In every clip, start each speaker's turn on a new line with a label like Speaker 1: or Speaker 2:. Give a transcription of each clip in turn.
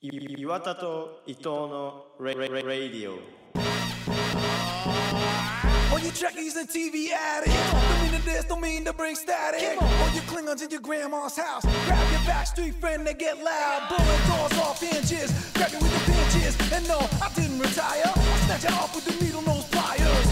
Speaker 1: い岩田と伊藤のレレレレディオ
Speaker 2: All you trekkies and TV addicts Don't mean to this, don't mean to bring static All you Klingons in your grandma's house Grab your backstreet friend, they get loud Blowing doors off hinges Grab you with the pinches And no, I didn't retire I snatch it off with the needle nose pliers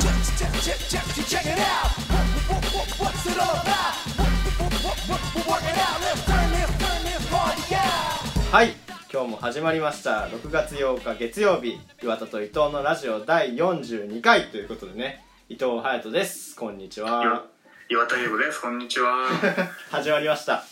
Speaker 2: Check, check, check, check, check, check it out What, what, what, What's it all about? What, what, what, what, what, we're working out Let's turn this, turn this party out
Speaker 1: はい今日も始まりました6月8日月曜日岩田と伊藤のラジオ第42回ということでね伊藤隼人ですこんにちは
Speaker 3: よ岩田優子ですこんにち は
Speaker 1: 始まりました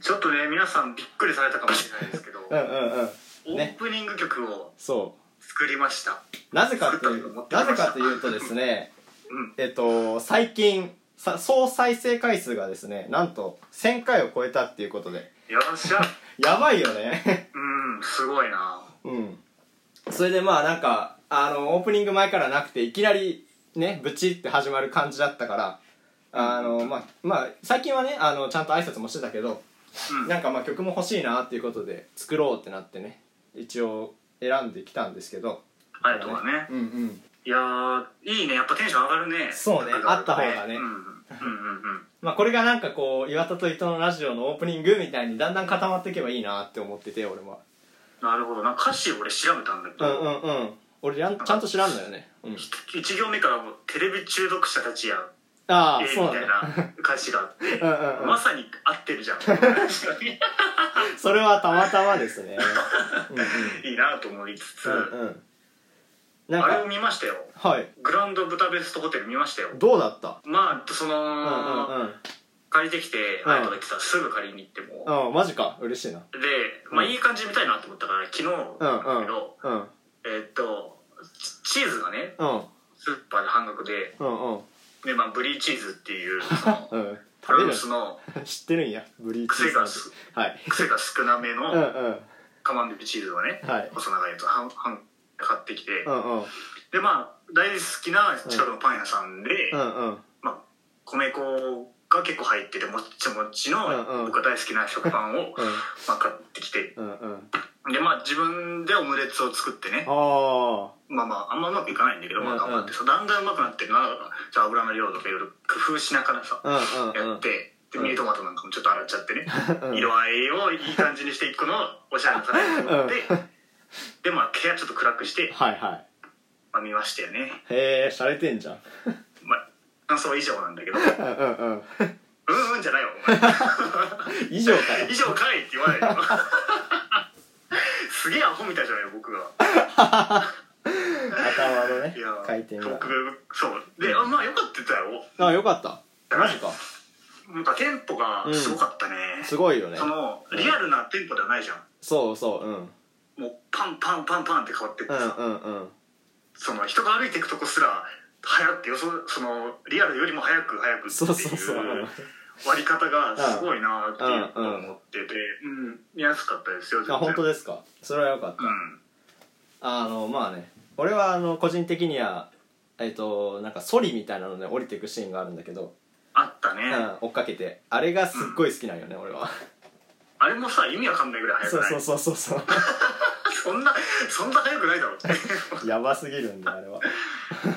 Speaker 3: ちょっとね皆さんびっくりされたかもしれないですけど、
Speaker 1: うんうん うん
Speaker 3: オー
Speaker 1: ね
Speaker 3: プニング曲を
Speaker 1: そ
Speaker 3: 作りました
Speaker 1: うなぜかという
Speaker 3: 作った
Speaker 1: なぜ
Speaker 3: の
Speaker 1: かというとですね
Speaker 3: うん
Speaker 1: えっと最近さ総再生回数がですねなんと1000回を超えたっていうことで
Speaker 3: よ っしゃ
Speaker 1: やばいよね
Speaker 3: うんすごいな
Speaker 1: うん、それでまあなんかあのオープニング前からなくていきなりねブチって始まる感じだったからあの、まあ、まあ最近はねあのちゃんと挨拶もしてたけど、
Speaker 3: うん
Speaker 1: なんかまあ曲も欲しいなっていうことで作ろうってなってね一応選んできたんですけど
Speaker 3: あれとはね
Speaker 1: うんうん
Speaker 3: いやーいいねやっぱテンション上がるね
Speaker 1: そうね
Speaker 3: なんか
Speaker 1: あった方がね
Speaker 3: うん、うんうんうん
Speaker 1: まあこれがなんかこう岩田と伊藤のラジオのオープニングみたいにだんだん固まっていけばいいなって思ってて俺は
Speaker 3: なるほどなんか歌詞俺調べたんだけ
Speaker 1: うん
Speaker 3: ど、
Speaker 1: うんうん俺やんちゃんと知らんのよね、うん、
Speaker 3: 1行目からもうテレビ中毒者たちや
Speaker 1: ああ
Speaker 3: ええ
Speaker 1: そうな
Speaker 3: み
Speaker 1: ん
Speaker 3: た
Speaker 1: だ
Speaker 3: いな歌詞があって
Speaker 1: うんうんうん
Speaker 3: まさに合って るじゃん
Speaker 1: それはたまたまですね。
Speaker 3: いいなと思いつつ、
Speaker 1: うんうん。なん
Speaker 3: あれを
Speaker 1: か、
Speaker 3: 見ましたよ
Speaker 1: はい。
Speaker 3: グランドブタベストホテル見ましたよ
Speaker 1: どうだった
Speaker 3: まあその、
Speaker 1: うんうん
Speaker 3: 借りてきて
Speaker 1: うん
Speaker 3: あとか言ってたらすぐ借りに行っても、
Speaker 1: うん。うん、マジか。嬉しいな。
Speaker 3: で、まあ、いい感じみたいなと思ったから昨日
Speaker 1: うん
Speaker 3: なんだけど、
Speaker 1: うん。うん。
Speaker 3: えーっとチチーズがね
Speaker 1: うん。
Speaker 3: スーパーで半額で
Speaker 1: うんうん。
Speaker 3: で、まあ、ブリーチーズっ ていうその
Speaker 1: うん。
Speaker 3: フ
Speaker 1: 食べ
Speaker 3: ラ
Speaker 1: る
Speaker 3: ンスの
Speaker 1: 知ってるんや。ブリーチーズなんて
Speaker 3: 癖。
Speaker 1: はい。
Speaker 3: 癖が少なめ
Speaker 1: うんう
Speaker 3: の
Speaker 1: ん。
Speaker 3: カマンベールチーズをね、
Speaker 1: はい
Speaker 3: 細長いやつ半半買ってきて、
Speaker 1: うんうん。
Speaker 3: でまあ大好きな近くのパン屋さんで、
Speaker 1: うんうん。
Speaker 3: まあ、米粉が結構入っててもっちもっち
Speaker 1: うんうん
Speaker 3: の僕が大好きな食パンを、
Speaker 1: うん
Speaker 3: まあ、買ってきて
Speaker 1: うんうん。
Speaker 3: でまあ自分でオムレツを作ってね
Speaker 1: あ
Speaker 3: まあまああんまうまくいかないんだけど、まあ、頑張ってさだんだんうまくなってるなじゃあ油の量とかいろいろ工夫しながらさ、
Speaker 1: あ。うんうんう
Speaker 3: や
Speaker 1: ん
Speaker 3: っ。てでミニトマトなんかもちょっと洗っちゃってね、
Speaker 1: うん
Speaker 3: 色合いをいい感じにしていくのをおしゃれなサラダに持って、でまあ部屋ちょっと暗くして、
Speaker 1: はいはい。
Speaker 3: まあ、見ましたよね
Speaker 1: へえ、洒落てんじゃん。
Speaker 3: まあ感想は以上なんだけど
Speaker 1: うんうんうん。
Speaker 3: うんうんじゃないよお前
Speaker 1: 以上かよ
Speaker 3: 以。上かいって言わないよ すげえアホみたいじゃない僕が。
Speaker 1: 頭のね
Speaker 3: いや、
Speaker 1: 回転が。
Speaker 3: 僕そうで、あまあよかったよ
Speaker 1: あ、よかった。マジか。
Speaker 3: なんかテンポがすごかったね、
Speaker 1: すごいよね
Speaker 3: そ。のリアルなテンポではないじゃん
Speaker 1: そうそう。うん。
Speaker 3: もうパンパンパンパンって変わってって
Speaker 1: うん
Speaker 3: さ、
Speaker 1: うんうん。
Speaker 3: その人が歩いていくとこすら早くよそそのリアルよりも早く早くって
Speaker 1: そうそうそう
Speaker 3: いう割り方がすごいなっていう
Speaker 1: うんうん
Speaker 3: 思ってて、うん、見やすかったですよ全
Speaker 1: あ本当
Speaker 3: で
Speaker 1: ですかそれはよかった
Speaker 3: うん
Speaker 1: あのまあね俺はあの個人的にはえっ、となんかソリみたいなので降りていくシーンがあるんだけど、
Speaker 3: あったね、
Speaker 1: うん、追っかけてあれがすっごい好きなんよね、俺は
Speaker 3: あれもさ意味わかんないぐらい
Speaker 1: そ
Speaker 3: 早
Speaker 1: う
Speaker 3: くない
Speaker 1: そうそうそうそ
Speaker 3: そんなそんな早くないだろうって
Speaker 1: うやばすぎるんであれは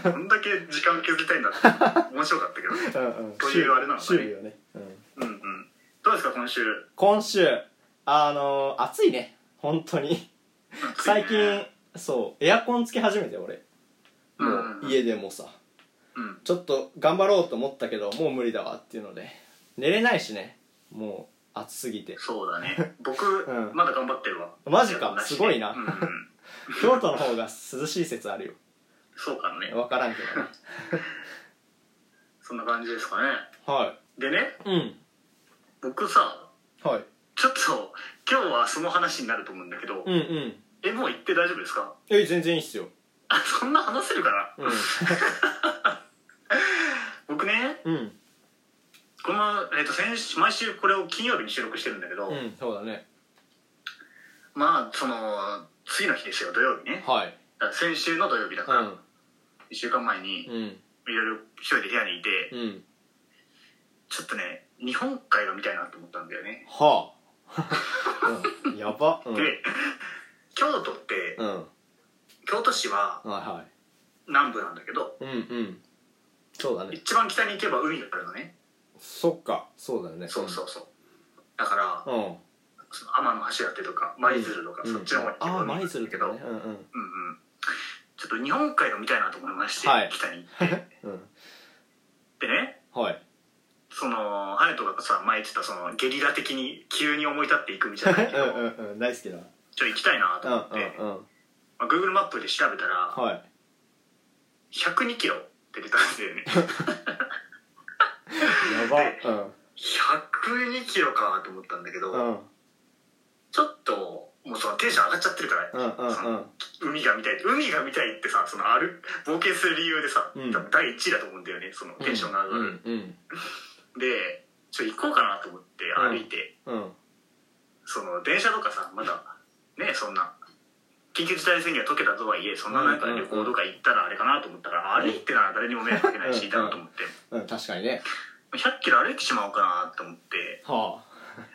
Speaker 3: どんだけ時間削りたいんだって面白かったけどね
Speaker 1: うんうん
Speaker 3: というあれなのかね
Speaker 1: 修理よね、うん、
Speaker 3: うんうんどうですか今週
Speaker 1: 今週あの暑いね本当に最近そうエアコンつけ始めて俺もう家でもさ
Speaker 3: うん
Speaker 1: ちょっと頑張ろうと思ったけどもう無理だわっていうので寝れないしねもう暑すぎて
Speaker 3: そうだ ね僕、
Speaker 1: うん
Speaker 3: まだ頑張ってるわ
Speaker 1: マジか
Speaker 3: なしね
Speaker 1: すごいな
Speaker 3: うんうん
Speaker 1: 京都の方が涼しい説ある
Speaker 3: そうか もね
Speaker 1: よ分からんけどね
Speaker 3: そんな感じですかね
Speaker 1: は
Speaker 3: でね
Speaker 1: いうん
Speaker 3: 僕さ
Speaker 1: はい
Speaker 3: ちょっと今日はその話になると思うんだけど、
Speaker 1: うんうん
Speaker 3: えもう言って大丈夫ですか
Speaker 1: え全然いいっすよ
Speaker 3: あそんな話せるかな、
Speaker 1: う
Speaker 3: 僕ね
Speaker 1: んうん
Speaker 3: この、えー、と先週毎週これを金曜日に収録してるんだけど、
Speaker 1: うんそうだね
Speaker 3: まあその次の日ですよ土曜日ね
Speaker 1: はい
Speaker 3: だから先週の土曜日だ
Speaker 1: う
Speaker 3: から、
Speaker 1: ん
Speaker 3: 1週間前に
Speaker 1: うん
Speaker 3: いろいろ一人で部屋にいて、
Speaker 1: うん
Speaker 3: ちょっとね日本海が見たいなと思ったんだよね
Speaker 1: はあばうん
Speaker 3: で 京都って
Speaker 1: うん
Speaker 3: 京都市は
Speaker 1: は
Speaker 3: 南部なんだけど
Speaker 1: いはいうんうんそうだね
Speaker 3: 一番北に行けば海があるのね
Speaker 1: そっかそうだよね
Speaker 3: そうそうそうだから
Speaker 1: うんうん
Speaker 3: その天橋立とか舞鶴とか
Speaker 1: うん
Speaker 3: そっちの方に行けば
Speaker 1: ああ
Speaker 3: 海がある
Speaker 1: 舞
Speaker 3: ん
Speaker 1: 鶴
Speaker 3: だけ
Speaker 1: とか
Speaker 3: ど
Speaker 1: ねうんうん
Speaker 3: うんうんちょっと日本海を見たいなと思いまして、
Speaker 1: はい
Speaker 3: 北に行って
Speaker 1: うん
Speaker 3: でね
Speaker 1: はい
Speaker 3: その隼人がさ前言ってたそのゲリラ的に急に思い立っていくみたいな
Speaker 1: うんうんうん大好きだ
Speaker 3: ちょっと行きたいなと思って、
Speaker 1: うんうんうん
Speaker 3: まあ、Google マップで調べたら
Speaker 1: はい
Speaker 3: 102キロって出たんだよね
Speaker 1: やば
Speaker 3: 102キロかと思ったんだけど、
Speaker 1: うんうん
Speaker 3: ちょっともうそのテンション上がっちゃってるから、
Speaker 1: うんうん
Speaker 3: そ
Speaker 1: うん
Speaker 3: の海が見たい海が見たいってさそのある冒険する理由でさ、
Speaker 1: うん
Speaker 3: 多分第1位だと思うんだよねそのテンションが上がる、
Speaker 1: うん
Speaker 3: でちょ行こうかなと思って
Speaker 1: うん
Speaker 3: 歩いて、
Speaker 1: うんうん
Speaker 3: その電車とかさまだねそんな緊急事態宣言が解けたとはいえそんななんか旅行とか行ったらあれかなと思ったら、
Speaker 1: うん
Speaker 3: 歩いてなら誰にも迷惑かけないし
Speaker 1: うん
Speaker 3: いいだろうと思って
Speaker 1: うん確かにね
Speaker 3: 100キロ歩いてしまおうかなと思って、
Speaker 1: は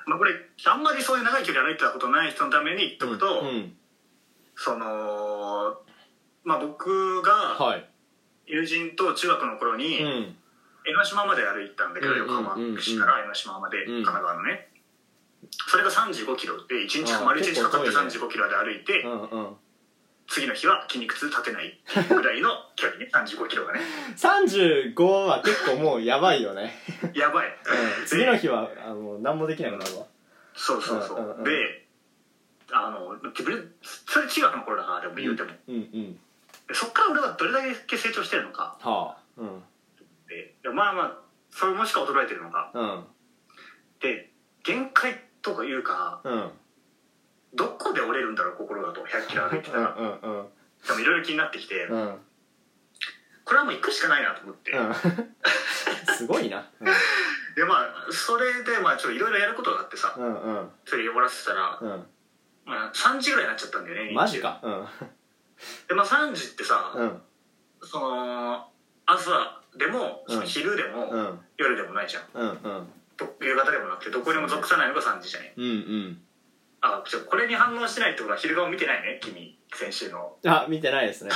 Speaker 3: まあ、これあんまりそういう長い距離歩いてたことない人のために言っ
Speaker 1: あ
Speaker 3: とくと、
Speaker 1: うん
Speaker 3: そのまあ僕が
Speaker 1: はい
Speaker 3: 友人と中学の頃に
Speaker 1: うん
Speaker 3: 江ノ島まで歩いたんだけど、
Speaker 1: うん
Speaker 3: 横浜
Speaker 1: うん
Speaker 3: 市から江ノ島ま
Speaker 1: う
Speaker 3: で、
Speaker 1: ん
Speaker 3: 神奈川のねそれが3 5キロで1日
Speaker 1: あー
Speaker 3: 丸1日かかって
Speaker 1: 結構遠い
Speaker 3: 3
Speaker 1: ね
Speaker 3: 5キロで歩いて、
Speaker 1: うんうん
Speaker 3: 次の日は筋肉痛立てないっていうぐらいの距 離ね35キロがね
Speaker 1: 35は結構もうやばいよね
Speaker 3: やばい、
Speaker 1: うん
Speaker 3: で
Speaker 1: 次の日はあの何もできなくなるわ
Speaker 3: そうそうそう、
Speaker 1: うんうんうん
Speaker 3: であの自分それ中学の頃だからでも言うても、
Speaker 1: うんうん
Speaker 3: でそっから俺はどれだけ成長してるのか
Speaker 1: はあうん
Speaker 3: ででまあまあそれもしか衰えてるのか
Speaker 1: うん
Speaker 3: で限界とかいうか
Speaker 1: うん
Speaker 3: どこで折れるんだろう心がと100キロ歩いてたら
Speaker 1: うんうん
Speaker 3: でもいろいろ気になってきて
Speaker 1: うんうん
Speaker 3: これはもう行くしかないなと思って、
Speaker 1: うんすごいな
Speaker 3: でまあそれでまあちょっといろいろやることがあってさ
Speaker 1: うんうん
Speaker 3: それ終わらせたら、
Speaker 1: うん
Speaker 3: まあ、3時ぐらいになっちゃったんだよね
Speaker 1: う
Speaker 3: 日
Speaker 1: ん
Speaker 3: 中
Speaker 1: マジか
Speaker 3: でまあ3時ってさ、
Speaker 1: うんうん
Speaker 3: その朝でも
Speaker 1: うん
Speaker 3: 昼でも、
Speaker 1: うん
Speaker 3: 夜でもないじゃん
Speaker 1: うんうん
Speaker 3: ど夕方でもなくてどこにも属さないのが3時じゃね
Speaker 1: うんうん
Speaker 3: あちょこれに反応してないってことは昼顔見てないね君先週の
Speaker 1: あ見てないですね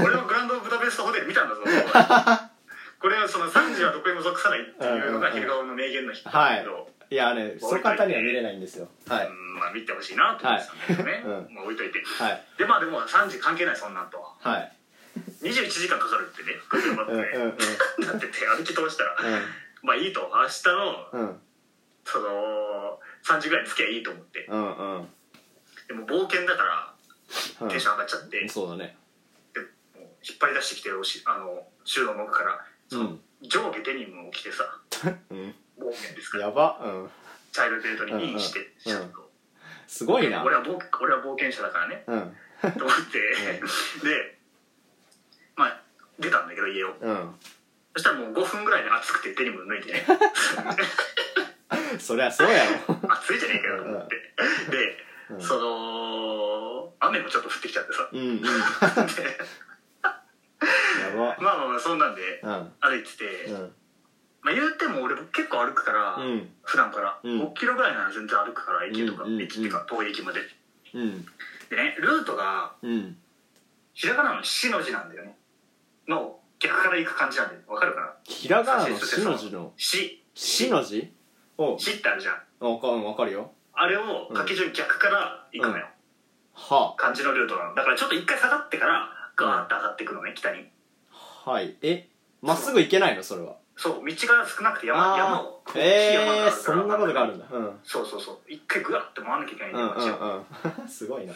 Speaker 3: 俺のグランドブダペストホテル 見たんだぞお前これはその3時はどこにも属さないっていうのが昼顔の名言の日なんだけど、
Speaker 1: いや ねそう簡単には見れないんですよはい
Speaker 3: うんまあ見てほしいなと思ってたんだけどね、
Speaker 1: はい
Speaker 3: まあ置いといて
Speaker 1: はい
Speaker 3: でまあでも3時関係ないそんなんと
Speaker 1: はい
Speaker 3: 21時間かかるってね車って
Speaker 1: うんうんうん
Speaker 3: なってて歩き通したらまあいいと明日の
Speaker 1: うんうん
Speaker 3: その3時ぐらいに着きゃいいと思って
Speaker 1: うんうん
Speaker 3: でも冒険だか
Speaker 1: う
Speaker 3: らテンション上がっちゃって、
Speaker 1: んそうだね
Speaker 3: でもう引っ張り出してきておしあの収納の奥から
Speaker 1: う
Speaker 3: その
Speaker 1: ん
Speaker 3: 上下デニムを着てさ
Speaker 1: うん
Speaker 3: 冒険ですから
Speaker 1: やばうん
Speaker 3: 茶色いベルトにインして
Speaker 1: うん
Speaker 3: シャツと、
Speaker 1: すごい
Speaker 3: で
Speaker 1: な
Speaker 3: 俺は冒俺は冒険者だからね
Speaker 1: うん
Speaker 3: と思って、でまあ出たんだけど家を
Speaker 1: うん
Speaker 3: そしたらもう5分ぐらいで暑くてデニム脱い でね
Speaker 1: そりゃそうやろ
Speaker 3: 暑いじゃねえかよと思って
Speaker 1: う
Speaker 3: で
Speaker 1: ん
Speaker 3: その雨もちょっと降ってきちゃってさ
Speaker 1: うんうんや
Speaker 3: で
Speaker 1: ば
Speaker 3: まあまあまあそんなんで
Speaker 1: うん
Speaker 3: 歩いてて、
Speaker 1: うん
Speaker 3: まあ、言うても俺結構歩くから、
Speaker 1: うん
Speaker 3: 普段から、
Speaker 1: うん
Speaker 3: 5キロぐらいなら全然歩くから駅とか、
Speaker 1: うんうんうん
Speaker 3: 駅っていうか遠い駅まで
Speaker 1: うん
Speaker 3: でねルートが
Speaker 1: うん
Speaker 3: ひらがなの「し」の字なんだよねの逆から行く感じなんでわかるかな
Speaker 1: ひらがなのしの字の
Speaker 3: 「し」
Speaker 1: 「し」の字お
Speaker 3: 「し」ってあるじゃん
Speaker 1: わかわかるよ
Speaker 3: あれを書き順逆から行くのよ、
Speaker 1: は
Speaker 3: 漢字のルートなのだからちょっと一回下がってからガーッと上がっていくのね北に
Speaker 1: はいえまっすぐ行けないのそれは
Speaker 3: そう道が少なくて山山を
Speaker 1: あー
Speaker 3: 大きい山
Speaker 1: えー
Speaker 3: があるから
Speaker 1: そんなことがあるんだうん
Speaker 3: そうそうそう一回グワッて回らなきゃいけないん
Speaker 1: う
Speaker 3: だ
Speaker 1: ん
Speaker 3: よ
Speaker 1: う
Speaker 3: 街を
Speaker 1: んうん すごいな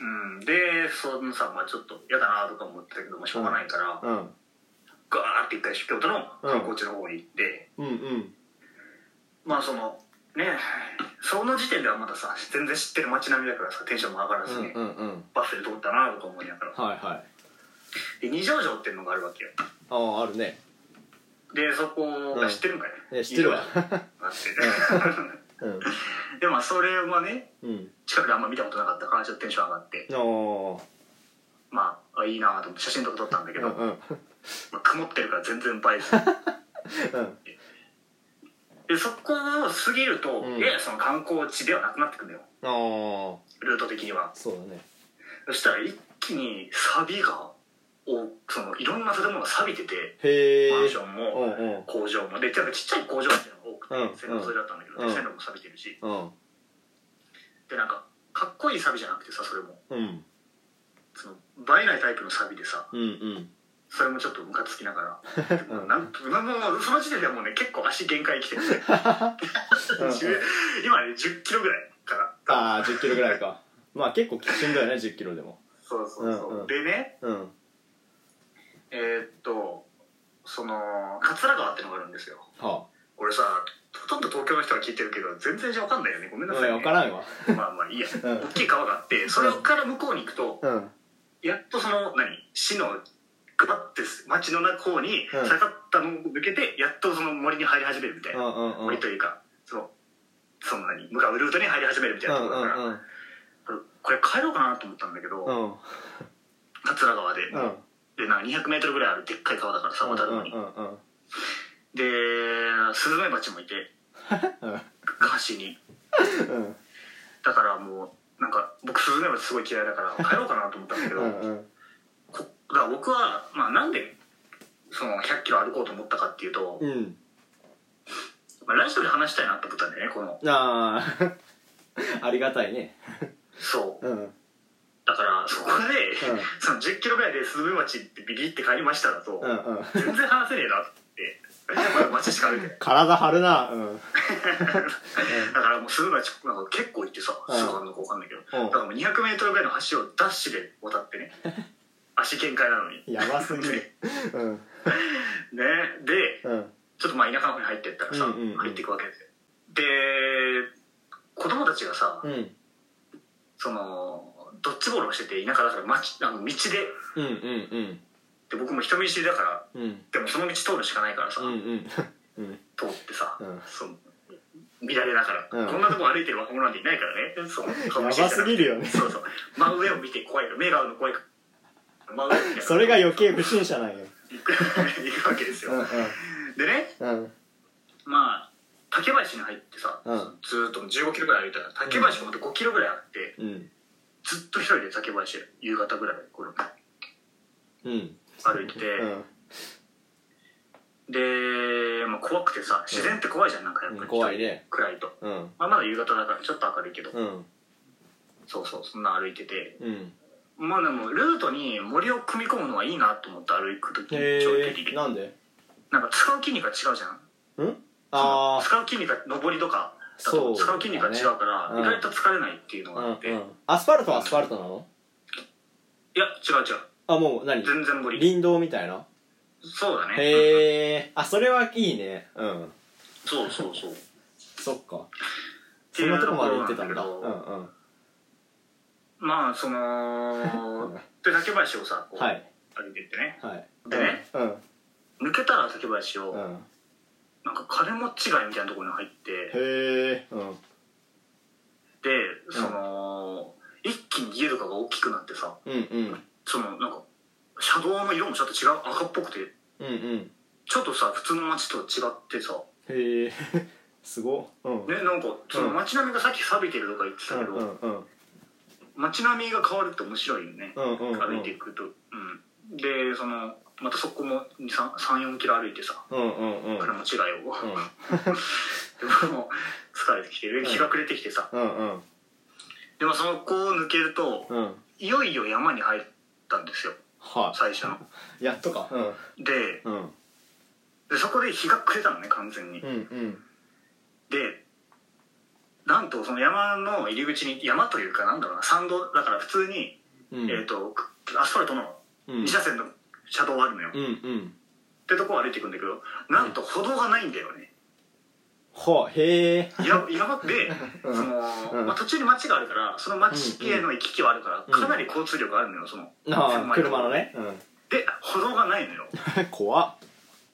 Speaker 3: うん、でそのさまあちょっと嫌だなとか思ってたけどもしょうがないから、
Speaker 1: うん
Speaker 3: ガーって一回京都の観光地の方に行って、
Speaker 1: うんうん
Speaker 3: まあそのねその時点ではまださ全然知ってる街並みだからさテンションも上がら
Speaker 1: う
Speaker 3: ず
Speaker 1: ん
Speaker 3: ね、
Speaker 1: うんうん
Speaker 3: バスで通ったなとか思いながら
Speaker 1: はいはい
Speaker 3: で二条城っていうのがあるわけよ
Speaker 1: あああるね
Speaker 3: でそこが知ってるんかい、
Speaker 1: え知ってるわ
Speaker 3: 二条城があって
Speaker 1: うん
Speaker 3: でまあそれはね
Speaker 1: うん
Speaker 3: 近くであんま見たことなかったからちょっとテンション上がって
Speaker 1: おー
Speaker 3: まああいいなと思って写真とか撮ったんだけ
Speaker 1: う
Speaker 3: ど、
Speaker 1: んうん
Speaker 3: まあ曇ってるから全然映えず
Speaker 1: うん
Speaker 3: でそこを過ぎると、
Speaker 1: うん
Speaker 3: ややその観光地ではなくなってくるのよ
Speaker 1: ああ
Speaker 3: ルート的には
Speaker 1: そうだね
Speaker 3: そしたら一気にサビがおそのいろんな建物が錆びてて
Speaker 1: へえ
Speaker 3: マンション
Speaker 1: うん
Speaker 3: も
Speaker 1: うん
Speaker 3: 工場もでちっちゃい工場みたいなのが多くて、
Speaker 1: うん
Speaker 3: 線路沿いだったんだけど、
Speaker 1: うん
Speaker 3: 線路も錆びてるし
Speaker 1: うん
Speaker 3: でなんかかっこいいサビじゃなくてさそれも
Speaker 1: うん
Speaker 3: その映えないタイプのサビでさ
Speaker 1: うんうん
Speaker 3: それもちょっとムカつきながらで も
Speaker 1: うん
Speaker 3: なんともうその時点でもうね結構足限界来てる
Speaker 1: うん
Speaker 3: 今ね10キロぐらいから
Speaker 1: ああ1 0キロぐらいかまあ結構しんどいね1 0キロでも
Speaker 3: そうそうそう、
Speaker 1: うんうん
Speaker 3: でね
Speaker 1: うん
Speaker 3: えーっとその桂川ってのがあるんですよ
Speaker 1: は
Speaker 3: 俺さほとんど東京の人が聞いてるけど全然じゃ分かんないよねごめん
Speaker 1: あ
Speaker 3: な
Speaker 1: うん
Speaker 3: さい、ね、
Speaker 1: 分からんわ
Speaker 3: まあまあいいや、
Speaker 1: うん
Speaker 3: 大きい川があってそれから向こうに行くと、
Speaker 1: うん
Speaker 3: やっとその何市のくばって町の方に
Speaker 1: うん
Speaker 3: 下がったのを抜けて、やっとその森に入り始めるみたいうな、
Speaker 1: んうんうんうん
Speaker 3: 森というかそのその何向かうルートに入り始めるみたいなところだから、
Speaker 1: うん
Speaker 3: これ帰ろうかなと思ったんだけど、
Speaker 1: うんうん
Speaker 3: 桂川で、
Speaker 1: うん
Speaker 3: でなんか 200m ぐらいあるでっかい川だからさ渡るのに、
Speaker 1: うんうん
Speaker 3: でスズメバチもいて
Speaker 1: うん
Speaker 3: 橋に
Speaker 1: うん
Speaker 3: だからもうなんか僕スズメバチすごい嫌いだから帰ろうかなと思ったんだけど、
Speaker 1: うんうん
Speaker 3: こだから僕は、まあ、なんでその1 0 0キロ歩こうと思ったかっていうと、
Speaker 1: うん
Speaker 3: まあ、ラジオで話したいなと思ったんだよねこの
Speaker 1: ああ ありがたいね
Speaker 3: そう
Speaker 1: うん
Speaker 3: だからそこで、
Speaker 1: うん
Speaker 3: その1 0キロぐらいでスズメバチってビビって帰りましただと、
Speaker 1: うんうん
Speaker 3: 全然話せねえなってやっぱり街しか歩いてない
Speaker 1: 体張るなうん
Speaker 3: だからもうスズメバチなんか結構行ってさ
Speaker 1: うん
Speaker 3: すぐあんのか分かんないけど、
Speaker 1: うん
Speaker 3: だからもう 200m ぐらいの橋をダッシュで渡ってね足限界なのにね
Speaker 1: やばすぎるうん
Speaker 3: で
Speaker 1: うん
Speaker 3: ちょっとまあ田舎の方に入ってったらさ、
Speaker 1: うんうんうん
Speaker 3: 入っていくわけですよで子供たちがさ、
Speaker 1: うん
Speaker 3: そのドッジボールをしてて田舎だから街あの道で
Speaker 1: うんうんうん
Speaker 3: で僕も人見知りだから
Speaker 1: うん
Speaker 3: でもその道通るしかないからさ、
Speaker 1: うんうんうん
Speaker 3: 通ってさ、
Speaker 1: うん
Speaker 3: その見られなが
Speaker 1: う
Speaker 3: ら、
Speaker 1: ん
Speaker 3: こんなとこ歩いてる若者なんていないからねそう
Speaker 1: やばすぎるよね
Speaker 3: そうそう真上を見て怖いから目が合うの怖いから真上を見て
Speaker 1: そ れが余計不審者なんよ
Speaker 3: 行く行くわけですよ、
Speaker 1: うんうん
Speaker 3: でね
Speaker 1: うん
Speaker 3: まあ竹林に入ってさ、
Speaker 1: うん
Speaker 3: ずーっと1 5キロぐらい歩いたら竹林もまた5キロぐらいあって、
Speaker 1: うん
Speaker 3: ずっと一人で竹林夕方ぐらいこれ
Speaker 1: うん
Speaker 3: 歩いてて、
Speaker 1: うん
Speaker 3: で、まあ、怖くてさ自然って怖いじゃんなんかやっぱ
Speaker 1: うん
Speaker 3: り
Speaker 1: 怖いね
Speaker 3: 暗いと、
Speaker 1: うん
Speaker 3: まあ、まだ夕方だからちょっと明るいけど、
Speaker 1: うん
Speaker 3: そうそうそんな歩いてて
Speaker 1: うん
Speaker 3: まあでもルートに森を組み込むのはいいなと思って歩く時
Speaker 1: へ
Speaker 3: 長距離
Speaker 1: え
Speaker 3: で
Speaker 1: なんで
Speaker 3: なんか使う筋肉が違うじゃん
Speaker 1: うんああ
Speaker 3: 使う筋肉が上りとかだ
Speaker 1: そうだ
Speaker 3: と
Speaker 1: ね
Speaker 3: 使う筋肉が違うから
Speaker 1: うん
Speaker 3: 意外と疲れないっていうの
Speaker 1: う
Speaker 3: が
Speaker 1: ん
Speaker 3: あって、
Speaker 1: う
Speaker 3: い
Speaker 1: んアスファルトはアスファルトなの
Speaker 3: や違う違う
Speaker 1: あもう何
Speaker 3: 全然森
Speaker 1: 林道みたいな
Speaker 3: そうだね、
Speaker 1: へえあそれはいいねうん
Speaker 3: そうそうそう
Speaker 1: そっかそ
Speaker 3: てい
Speaker 1: ん
Speaker 3: う
Speaker 1: なとこまで行ってたんだ
Speaker 3: と
Speaker 1: う
Speaker 3: こ
Speaker 1: んう
Speaker 3: ろなんだ
Speaker 1: ん
Speaker 3: まあ そので竹林をさこう
Speaker 1: は
Speaker 3: 歩
Speaker 1: い
Speaker 3: いてってね、
Speaker 1: はい
Speaker 3: でね
Speaker 1: うん
Speaker 3: 抜けたら竹林を、
Speaker 1: うん
Speaker 3: なんか金持ち街みたいなところに入って
Speaker 1: へえうん
Speaker 3: でその、一気に家とかが大きくなってさ
Speaker 1: うんうん
Speaker 3: そのなんか車道の色もちょっと違う赤っぽくて
Speaker 1: うんうん
Speaker 3: ちょっとさ普通の街と違ってさ、
Speaker 1: へえすごうん
Speaker 3: ね、なんかその街並みがさっき錆びてるとか言って
Speaker 1: う
Speaker 3: た
Speaker 1: ん
Speaker 3: け
Speaker 1: う
Speaker 3: ど、
Speaker 1: んうん
Speaker 3: 街並みが変わるって面白いよね、
Speaker 1: うんうんうん
Speaker 3: 歩いていくと、うん、でそのまたそこも34キロ歩いてさ
Speaker 1: うんうんうん
Speaker 3: 金持ち街を、
Speaker 1: ん
Speaker 3: でもう疲れてきてで日が暮れてきてさ、
Speaker 1: うんうん
Speaker 3: でもそのこを抜けると
Speaker 1: うん
Speaker 3: いよいよ山に入ったんですよ
Speaker 1: は
Speaker 3: 最初の
Speaker 1: いやっとかう
Speaker 3: で
Speaker 1: んうん
Speaker 3: でそこで日が暮れたのね完全に、
Speaker 1: うんうん
Speaker 3: でなんとその山の入り口に山というかなんだろうな山道だから普通に、
Speaker 1: うん
Speaker 3: えっ、とくアスファルトの
Speaker 1: うん
Speaker 3: 2車線の車道あるのよ、
Speaker 1: う
Speaker 3: っ
Speaker 1: んうん
Speaker 3: てとこを歩いていくんだけどなんと歩道がないんだよね、
Speaker 1: ほうへえ
Speaker 3: いや今まで、
Speaker 1: うん
Speaker 3: その
Speaker 1: うん
Speaker 3: まあ、途中に町があるからその町への行き来はあるから、
Speaker 1: うん
Speaker 3: かなり交通量があるのよその
Speaker 1: ああ
Speaker 3: 狭いとこ
Speaker 1: 車のねうん
Speaker 3: で歩道がないのよ
Speaker 1: 怖っ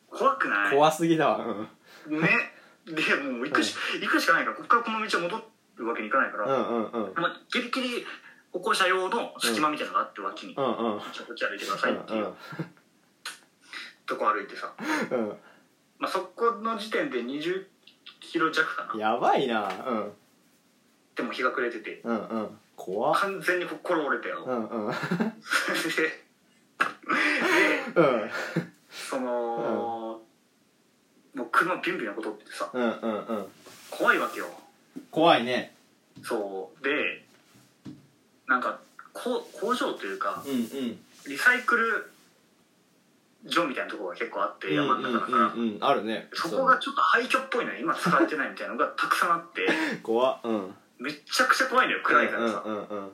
Speaker 3: 怖くない
Speaker 1: 怖すぎだわうん
Speaker 3: ねでもう行くし、行くしかないからここからこの道を戻るわけにいかないから、
Speaker 1: うんうんうん
Speaker 3: まあ、ギリギリ歩行者用の隙間みたいなのがあって脇に、
Speaker 1: う
Speaker 3: こ
Speaker 1: んうん
Speaker 3: っちこっち歩いてくだ
Speaker 1: う
Speaker 3: さいっ
Speaker 1: ん
Speaker 3: ていう、とこ歩いてさ、
Speaker 1: うん
Speaker 3: まあ、そこの時点で20キロ弱かな
Speaker 1: やばいなうん
Speaker 3: でも日が暮れてて
Speaker 1: うんうん怖っ
Speaker 3: 完全に心折れたよ、
Speaker 1: うんうんうん
Speaker 3: で でその、もう車ビュンビュンことっててさ
Speaker 1: うんうんうん
Speaker 3: 怖いわけよ
Speaker 1: 怖いね
Speaker 3: そうでなんかこう工場というか
Speaker 1: うんうん
Speaker 3: リサイクル所みたいなところが結構あって
Speaker 1: うんう
Speaker 3: 山
Speaker 1: ん
Speaker 3: の中だから、
Speaker 1: うんうんあるね
Speaker 3: そこがちょっと廃墟っぽいの今使われてないみたいなの がたくさんあって
Speaker 1: そう怖っうん
Speaker 3: めっちゃくちゃ怖いのよ暗いからさ、
Speaker 1: うんうんうん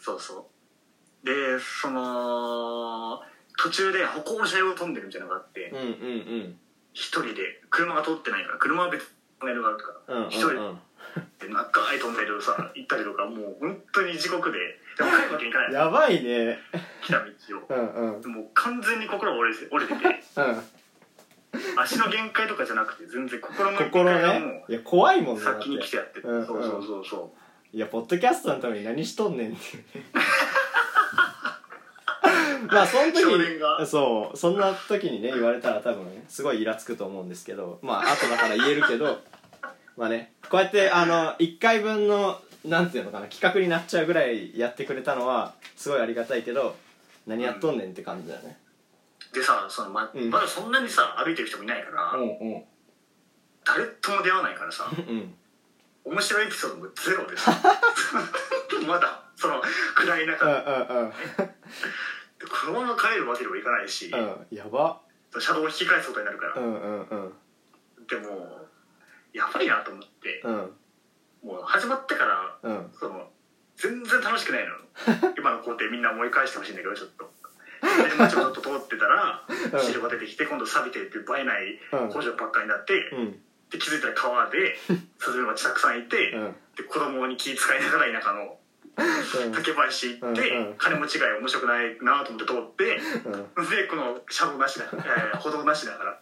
Speaker 3: そうそうでその途中で歩行者用トンネルみたいなのがあって、
Speaker 1: うんうん
Speaker 3: 一人で車が通ってないから車は別にトンネルがあるか
Speaker 1: うんうんうん
Speaker 3: ら一、人で長いトンネルをさ 行ったりとかもう本当に地獄ででも帰るわけにいかない
Speaker 1: やばいね
Speaker 3: 来た道を
Speaker 1: うんうん
Speaker 3: もう完全に心折れて折れてて
Speaker 1: うん
Speaker 3: 足の限界とかじゃなくて全然心の限界
Speaker 1: 心
Speaker 3: が
Speaker 1: ね
Speaker 3: も
Speaker 1: いや怖いもん
Speaker 3: う
Speaker 1: ねだって
Speaker 3: 先に来てやってて、
Speaker 1: うん
Speaker 3: そうそうそうそ
Speaker 1: いやポッドキャストのために何しとんねんって いうねまあその時
Speaker 3: 少年が
Speaker 1: にそうそんな時にね言われたら多分ねすごいイラつくと思うんですけどまあ後だから言えるけどまあねこうやってあの1回分のなんていうのかな企画になっちゃうぐらいやってくれたのはすごいありがたいけど何やっとんねんって感じだよね
Speaker 3: うでさそのま,、
Speaker 1: うん
Speaker 3: まだそんなにさ歩いてる人もいないから、
Speaker 1: んうん
Speaker 3: 誰とも出会わないか らさ
Speaker 1: うん
Speaker 3: 面白いエピソードもゼロでさ まだその暗い中
Speaker 1: うん
Speaker 3: で
Speaker 1: うん
Speaker 3: このまま帰るわけにもいかないし、
Speaker 1: うんうんやば
Speaker 3: 車道を引き返すことになるか
Speaker 1: う
Speaker 3: ら、
Speaker 1: んうんうん
Speaker 3: でもやばいなと思って、
Speaker 1: うん
Speaker 3: もう始まってから
Speaker 1: うん
Speaker 3: その全然楽しくない の今の工程みんな思い返してほしいんだけどちょっと。でまあちょっと通ってたら
Speaker 1: うん
Speaker 3: 汁が出てきて今度錆びてって映えない工場ばっかりになって、
Speaker 1: うん
Speaker 3: で気づいたら 川でスズメバチたくさんいて、
Speaker 1: うん
Speaker 3: で子供に気遣いながら田舎の竹林行って、
Speaker 1: うんうん
Speaker 3: 金持ちが面白くないなと思って通って、
Speaker 1: うんうん
Speaker 3: でこの車道なしだ、 えー歩道なしだから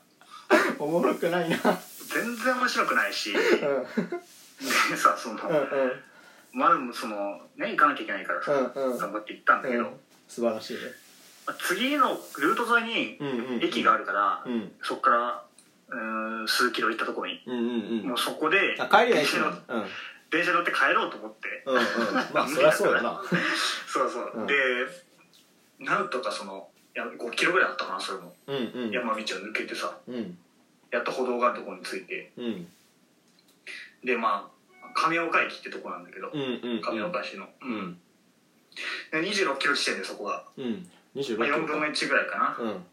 Speaker 1: おもろくないな
Speaker 3: 全然面白くないし
Speaker 1: うん
Speaker 3: でさその、
Speaker 1: うんうん
Speaker 3: まあでもそのね行かなきゃいけないからさ、
Speaker 1: うんうん
Speaker 3: 頑張って行ったんだけど、
Speaker 1: うん素晴らしいね
Speaker 3: まあ次のルート沿い
Speaker 1: うんうんうん
Speaker 3: に駅があるから、
Speaker 1: うん
Speaker 3: そこからうーん数キロ行ったところに、
Speaker 1: うんうんう
Speaker 3: も
Speaker 1: ん
Speaker 3: うそこで
Speaker 1: あ帰りは一緒
Speaker 3: 電
Speaker 1: な
Speaker 3: 車
Speaker 1: ん
Speaker 3: 乗
Speaker 1: だうん
Speaker 3: 電車乗って帰ろうと思って、
Speaker 1: うんうんまあそりゃそうだな
Speaker 3: そうそう、
Speaker 1: うん
Speaker 3: でなんとかそのいや5キロぐらいあったかなそれも、
Speaker 1: うんうん
Speaker 3: 山道を抜けてさ
Speaker 1: うん
Speaker 3: やっと歩道があるところに着いて
Speaker 1: うん
Speaker 3: でまあ亀岡駅ってとこなんだけど、
Speaker 1: うんうんうん
Speaker 3: 亀岡市の、
Speaker 1: うんうん
Speaker 3: で26キロ地点でそこが、
Speaker 1: うん26キ
Speaker 3: まあ、4
Speaker 1: ロ
Speaker 3: 分の1ぐらいかな、
Speaker 1: うん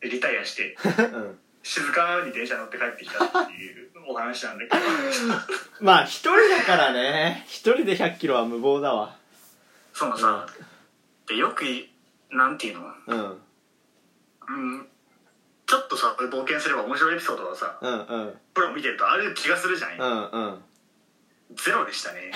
Speaker 3: でリタイアして
Speaker 1: うん
Speaker 3: 静かに電車乗って帰ってきたっていうお話なん だけど
Speaker 1: まあ一人だからね一人で100キロは無謀だわ
Speaker 3: そのさ、でよくいなんていうの
Speaker 1: うん
Speaker 3: うんちょっとさ冒険すれば面白いエピソードはさ
Speaker 1: うんうん
Speaker 3: プロ見てるとある気がするじゃん、
Speaker 1: うんうん
Speaker 3: ゼロでしたね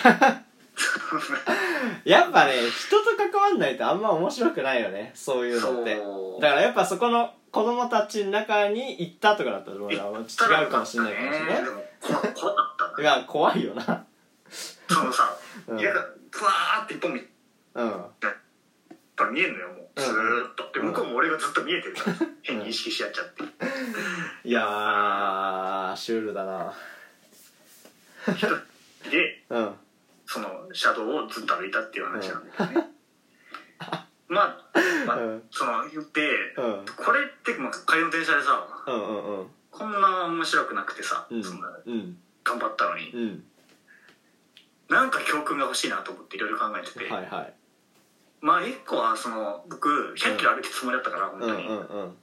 Speaker 1: やっぱね人と関わんないとあんま面白くないよねそういうのって
Speaker 3: そう
Speaker 1: だからやっぱそこの子供たちの中に行ったとかだったらま
Speaker 3: 行
Speaker 1: あ違うかもしれないかもしれない
Speaker 3: でも怖怖かった
Speaker 1: い
Speaker 3: な
Speaker 1: や怖いよな
Speaker 3: そのさ
Speaker 1: うん
Speaker 3: 家がブワーって一本見
Speaker 1: うん
Speaker 3: たら見えんのよもうずーっとで
Speaker 1: うん
Speaker 3: 向こうも俺がずっと見えてるから変に意識しやっちゃって
Speaker 1: いやーシュールだな
Speaker 3: で
Speaker 1: うん
Speaker 3: その車道をずっと歩いたっていう話なんだ よね、まあ、まあ
Speaker 1: うん
Speaker 3: その言って、
Speaker 1: うん
Speaker 3: これってもう帰りの電車でさ
Speaker 1: うんうんうん
Speaker 3: こんな面白くなくてさ、
Speaker 1: うん
Speaker 3: そんな
Speaker 1: うん
Speaker 3: 頑張ったのに、
Speaker 1: うん
Speaker 3: なんか教訓が欲しいなと思っていろいろ考えてて、
Speaker 1: はいはい
Speaker 3: まあ一個はその僕1 0 0キロ歩いてつもりだったから本
Speaker 1: うん
Speaker 3: 当
Speaker 1: う
Speaker 3: に、
Speaker 1: んうん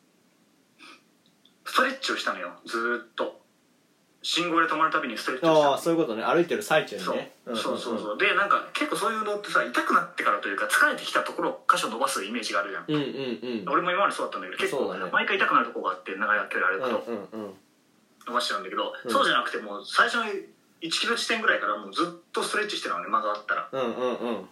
Speaker 3: ストレッチをしたのよずーっと信号で止まるたびにストレッチをした
Speaker 1: あ
Speaker 3: の
Speaker 1: あそういうことね歩いてる最中に
Speaker 3: そう
Speaker 1: ね
Speaker 3: そうそうそうでなんか結構そういうのってさ痛くなってからというか疲れてきたところを箇所伸ばすイメージがあるじゃん、
Speaker 1: うんうんうん
Speaker 3: 俺も今までそうだったんだけど結構、
Speaker 1: そうだね
Speaker 3: 毎回痛くなるとこがあって長い距離
Speaker 1: うんう
Speaker 3: 歩
Speaker 1: ん
Speaker 3: くと
Speaker 1: うんうん
Speaker 3: 伸ばしてたんだけど、
Speaker 1: うん
Speaker 3: そうじゃなくてもう最初の1キロ地点ぐらいからもうずっとストレッチしてたのね間があったら
Speaker 1: うんうんうん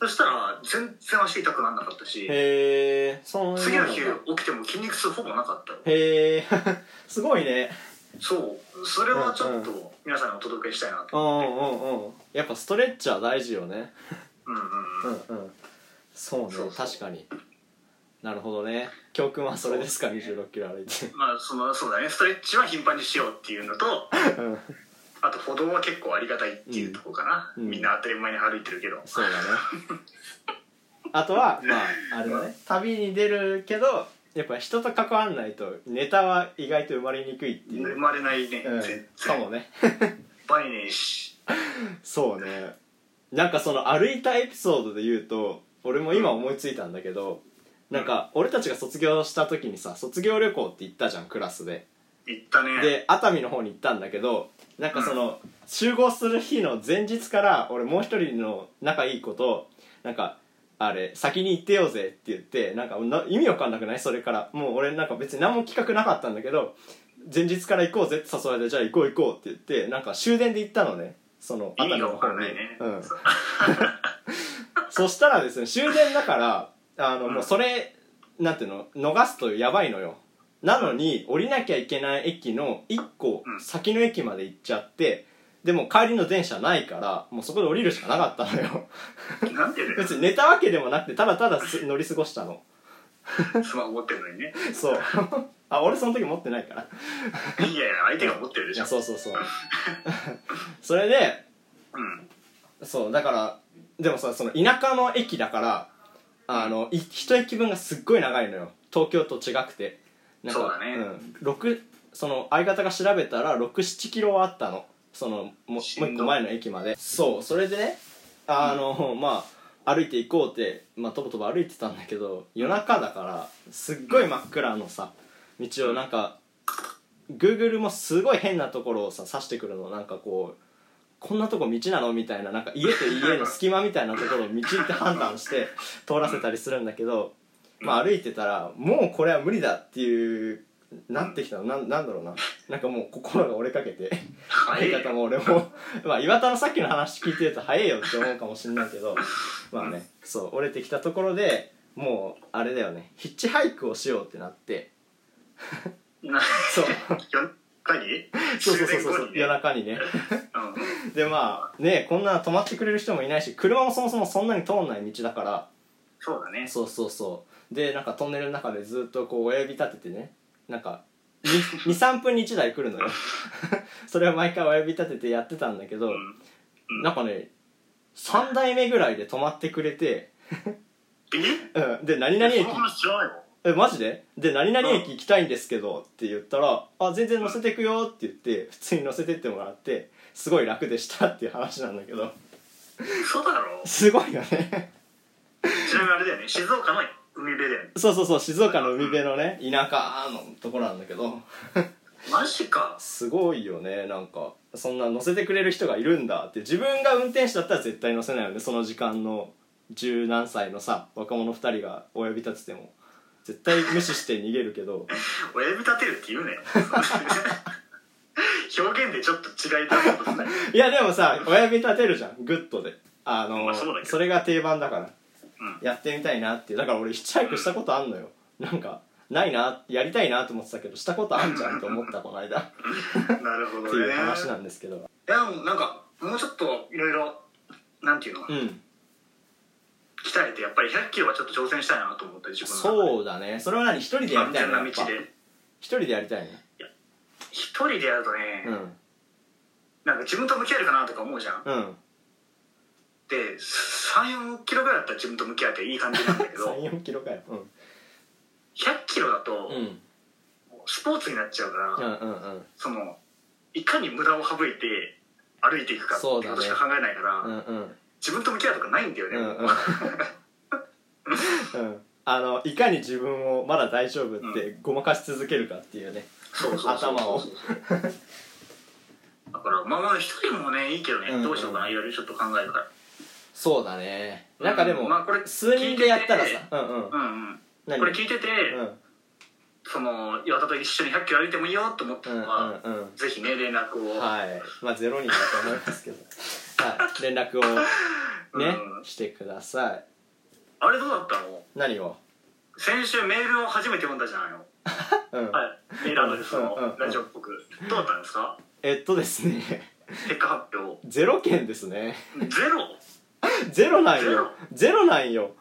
Speaker 3: そしたら全然足痛くならなかったし
Speaker 1: へえそういう
Speaker 3: 次
Speaker 1: もん
Speaker 3: の
Speaker 1: なん
Speaker 3: 日
Speaker 1: だ
Speaker 3: 起きても筋肉痛ほぼなかったよ
Speaker 1: へえ すごいね
Speaker 3: そうそれはちょっと皆さんにお届けしたいなと
Speaker 1: うんうんうんやっぱストレッチは大事よね
Speaker 3: うんうんう
Speaker 1: う
Speaker 3: ん
Speaker 1: んうんそうね
Speaker 3: そうそう
Speaker 1: 確かになるほどね教訓はそれですか2 6キロ歩い て
Speaker 3: まあそのそうだねストレッチは頻繁にしようっていうのと
Speaker 1: うん
Speaker 3: あと歩道は結構ありがたいっていうところかな、
Speaker 1: うん
Speaker 3: みんな当たり前に歩いてるけ ど
Speaker 1: そうだねあとはまああれだね旅に出るけどやっぱ人と関わんないとネタは意外と生まれにくいっていう、
Speaker 3: 生まれないね、
Speaker 1: うん、
Speaker 3: 全
Speaker 1: か
Speaker 3: 然
Speaker 1: もね
Speaker 3: バイねえし
Speaker 1: そうねなんかその歩いたエピソードで言うと俺も今思いついたんだけどなんか俺たちが卒業した時にさ卒業旅行って行ったじゃんクラスで
Speaker 3: 行ったね
Speaker 1: で熱海の方に行ったんだけどなんかその集合する日の前日から俺もう一人の仲いい子となんかあれ先に行ってようぜって言ってなんかな意味わかんなくないそれからもう俺なんか別に何も企画なかったんだけど前日から行こうぜって誘われてじゃあ行こう行こうって言ってなんか終電で行ったのねその
Speaker 3: 意
Speaker 1: 熱
Speaker 3: 味
Speaker 1: 海
Speaker 3: が
Speaker 1: の
Speaker 3: 分か
Speaker 1: 方
Speaker 3: ら
Speaker 1: に
Speaker 3: ないね、
Speaker 1: うん
Speaker 3: そう
Speaker 1: そしたらですね終電だからあの、
Speaker 3: うん
Speaker 1: もうそれなんていうの逃すとやばいのよなのに降りなきゃいけない駅の1個
Speaker 3: うん
Speaker 1: 先の駅まで行っちゃってでも帰りの電車ないからもうそこで降りるしかなかったの よ
Speaker 3: なんでだよ
Speaker 1: 別に寝たわけでもなくてただただす乗り過ごしたの
Speaker 3: スマホ持ってるのにね
Speaker 1: そう あ俺その時持ってないから
Speaker 3: いやいや相手が持ってるで
Speaker 1: い
Speaker 3: しょ
Speaker 1: やそうそう そうそれで
Speaker 3: うん
Speaker 1: そうだからでもさその田舎の駅だからあのい一駅分がすっごい長いのよ東京と違くてなんか
Speaker 3: そうだね
Speaker 1: うん、6その相方が調べたら67キロはあったのそのももう
Speaker 3: しんどい
Speaker 1: 一個前の駅までそうそれでねあの、まあ歩いて行こうって、まあ、とぼとぼ歩いてたんだけど夜中だからすっごい真っ暗のさ道をなんか Google もすごい変なところをさ指してくるのなんかこうこんなとこ道なのみたいななんか家と家の隙間みたいなところを道って判断して通らせたりするんだけど、まあ、歩いてたらもうこれは無理だっていうなってきたのなんなんだろうななんかもう心が折れかけて
Speaker 3: 早い
Speaker 1: 相方も 俺もまあ岩田のさっきの話聞いてると早いよって思うかもしれないけ どまあねそう折れてきたところでもうあれだよねヒッチハイクをしようってなって
Speaker 3: な
Speaker 1: そう
Speaker 3: 夜中に
Speaker 1: そうそうそうそう
Speaker 3: 終電後にね
Speaker 1: 夜中にね
Speaker 3: うん
Speaker 1: でまあねこんな止まってくれる人もいないし車もそもそもそんなに通んない道だから
Speaker 3: そうだね
Speaker 1: そうそうそうでなんかトンネルの中でずっとこう親指立ててねなんか23分に1台来るのよ それを毎回親指立ててやってたんだけど、
Speaker 3: うん
Speaker 1: なんかね3台目ぐらいで止まってくれて、
Speaker 3: え
Speaker 1: うん、で何々駅
Speaker 3: その話知らないの
Speaker 1: えマジでで何々駅行きたいんですけどって言ったら「あ全然乗せてくよ」って言って普通に乗せてってもらってすごい楽でしたっていう話なんだけど
Speaker 3: そうだろう
Speaker 1: すごいよね
Speaker 3: ちなみにあれだよね静岡の海辺だよね
Speaker 1: そうそうそう静岡の海辺のね田舎のところなんだけど
Speaker 3: マジか
Speaker 1: すごいよねなんかそんな乗せてくれる人がいるんだって自分が運転手だったら絶対乗せないよねその時間の十何歳のさ若者2人が親指立てても絶対無視して逃げるけど
Speaker 3: 親指立てるって言うね 表現でちょっと違いたいことない
Speaker 1: いやでもさ親指立てるじゃんグッドであの、
Speaker 3: まあそうだけど
Speaker 1: それが定番だから、
Speaker 3: う
Speaker 1: やってみたいなっていうだから俺ヒッチハイクしたことあんのよなんかないなやりたいなと思ってたけどしたことあんじゃんと思ったこの間 っ
Speaker 3: なるほど
Speaker 1: て
Speaker 3: ね
Speaker 1: いう話なんですけど
Speaker 3: いやもうなんかもうちょっといろいろなんていうの、
Speaker 1: うん
Speaker 3: 鍛えてやっぱり100キロはちょっと挑戦したいなと思って自分の中で
Speaker 1: そうだねそれは何一人でやりたい
Speaker 3: 安
Speaker 1: のや
Speaker 3: 全
Speaker 1: っ
Speaker 3: な
Speaker 1: ぱ
Speaker 3: 道で
Speaker 1: 一人でやりたいね
Speaker 3: 一人でやるとね、
Speaker 1: うん
Speaker 3: なんか自分と向き合えるかなとか思うじゃん
Speaker 1: うん
Speaker 3: で34キロぐらいだったら自分と向き合えていい感じなんだ けど100
Speaker 1: 34キロかようん
Speaker 3: キロだと
Speaker 1: うん
Speaker 3: スポーツになっちゃうから、
Speaker 1: うんうんうん
Speaker 3: そのいかに無駄を省いて歩いていくかっていうことしか考えないから、
Speaker 1: うんうん
Speaker 3: 自分と向き合うとかないんだよね、
Speaker 1: うんうんうんあのいかに自分をまだ大丈夫ってごまかし続けるかっていうね
Speaker 3: そうそうそう
Speaker 1: 頭を
Speaker 3: だからまあまあ一人もねいいけどね、
Speaker 1: うんうん
Speaker 3: どうしようかないろいろちょっと考えるから
Speaker 1: そうだねなんかでも、
Speaker 3: うんまあこれ
Speaker 1: 数人でやったらさうんうん
Speaker 3: うんう
Speaker 1: 何
Speaker 3: んこれ聞いてて、
Speaker 1: うん
Speaker 3: その岩田と一緒に100キロ歩いてもいいよと思った
Speaker 1: うんう
Speaker 3: のは、
Speaker 1: んうん
Speaker 3: ぜひね連絡を、
Speaker 1: はいまあゼロ人だと思いますけど はい連絡をね
Speaker 3: うん
Speaker 1: してください
Speaker 3: あれどうだったの
Speaker 1: 何を
Speaker 3: 先週メールを初めて読んだじゃないの
Speaker 1: うん
Speaker 3: はいメールアドレスの
Speaker 1: うんうんうん
Speaker 3: ラジオっぽくどうだったんですか
Speaker 1: えっとですね
Speaker 3: 結果発表
Speaker 1: ゼロ件ですね
Speaker 3: ゼロ
Speaker 1: ゼロなんよゼロなんよ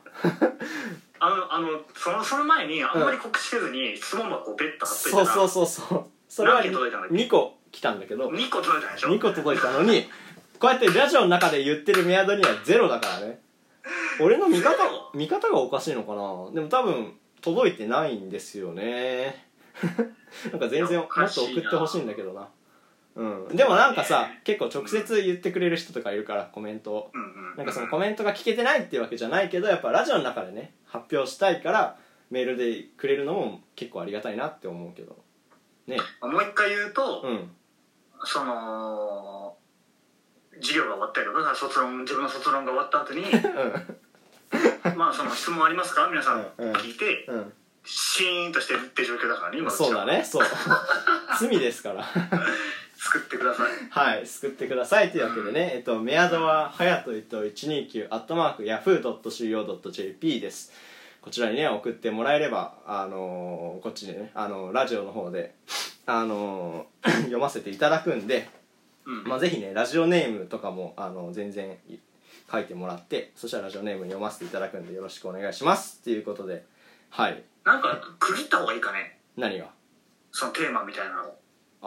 Speaker 3: あのあのそのその前にあんまり告知せずに質問箱をベッと貼っといた
Speaker 1: そう
Speaker 3: ら
Speaker 1: そうそうそうそれは
Speaker 3: 何件届いたんだっけ
Speaker 1: 2個来たんだけど
Speaker 3: 2個届いたでしょ
Speaker 1: 2個届いたのにこうやってラジオの中で言ってるメアドにはゼロだからね俺の見方
Speaker 3: ゼロ
Speaker 1: 見方がおかしいのかなでも多分届いてないんですよね なんか全
Speaker 3: い
Speaker 1: 然
Speaker 3: や
Speaker 1: も
Speaker 3: おか
Speaker 1: っ
Speaker 3: しい
Speaker 1: と
Speaker 3: な
Speaker 1: 送ってほしいんだけどなうんでもなんかさ
Speaker 3: ね
Speaker 1: 結構直接言ってくれる人とかいるからコメントを
Speaker 3: うんうん
Speaker 1: なんかそのコメントが聞けてないっていうわけじゃないけどやっぱラジオの中でね発表したいからメールでくれるのも結構ありがたいなって思うけどね
Speaker 3: もう一回言うと、
Speaker 1: うん
Speaker 3: その授業が終わったりとか卒論自分の卒論が終わった 後に
Speaker 1: うん
Speaker 3: まあその質問ありますか皆さん
Speaker 1: うんうん
Speaker 3: 聞いて、
Speaker 1: うん
Speaker 3: シーンとしてるって状況だからね今
Speaker 1: そうだねそう 罪ですから
Speaker 3: 作ってください
Speaker 1: はい救ってくださいというわけでね、えっと、メアドははやといと129アットマーク Yahoo.co.jp ですこちらにね送ってもらえればあのーこっちでね、あのーラジオの方であのー 読ませていただくんで
Speaker 3: うん
Speaker 1: まあ、ぜひねラジオネームとかもあの全然い書いてもらってそしたらラジオネーム読ませていただくんでよろしくお願いしますっていうことではい
Speaker 3: なんか区切った方がいいかね
Speaker 1: 何が
Speaker 3: そのテーマみたいなの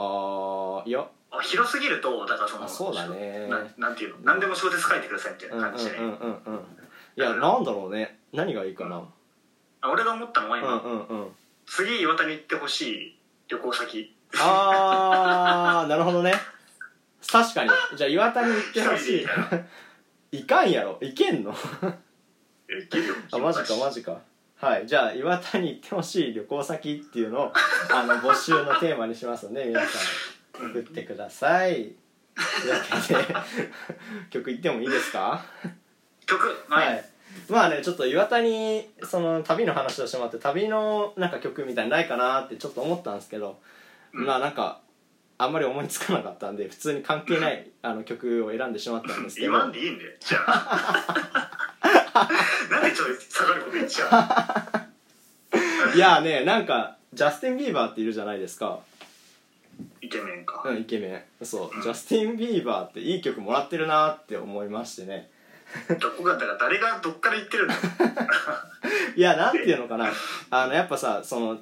Speaker 3: を
Speaker 1: あーいや
Speaker 3: あ広すぎるとだからその
Speaker 1: あそうだね
Speaker 3: ななんていうの何でも小説書いてくださいみたい
Speaker 1: うんうんう
Speaker 3: なん感
Speaker 1: うん
Speaker 3: じで、
Speaker 1: うんいやなんだろうね何がいいかな
Speaker 3: あ俺が思ったのは
Speaker 1: うん
Speaker 3: 今、
Speaker 1: うんうん
Speaker 3: 次岩田に行ってほしい旅行先
Speaker 1: あーなるほどね確かにじゃあ岩田に行ってほしい
Speaker 3: 一人でいい
Speaker 1: いか
Speaker 3: か
Speaker 1: んやろいけんの
Speaker 3: え行けるよ
Speaker 1: あマジかマジかはいじゃあ岩田に行ってほしい旅行先っていうの をあの募集のテーマにしますので皆さん送ってくださいというわけで曲いってもいいですか
Speaker 3: 曲
Speaker 1: は、
Speaker 3: はいい、
Speaker 1: まあねちょっと岩田にその旅の話をしてもらって旅のなんか曲みたいにないかなってちょっと思ったんですけど、
Speaker 3: うん
Speaker 1: まあなんかあんまり思いつかなかったんで普通に関係ないあの曲を選んでしまったんですけど
Speaker 3: 言わんでいいんだよじゃあ なんでちょっと下がること言っちゃ
Speaker 1: いやねなんかジャスティン・ビーバーっているじゃないですか
Speaker 3: うイケメンか、
Speaker 1: うんイケメンそう、ジャスティン・ビーバーっていい曲もらってるなって思いましてね
Speaker 3: どこがだから誰がどっから言ってるんだよ
Speaker 1: いやなんていうのかなあのやっぱさその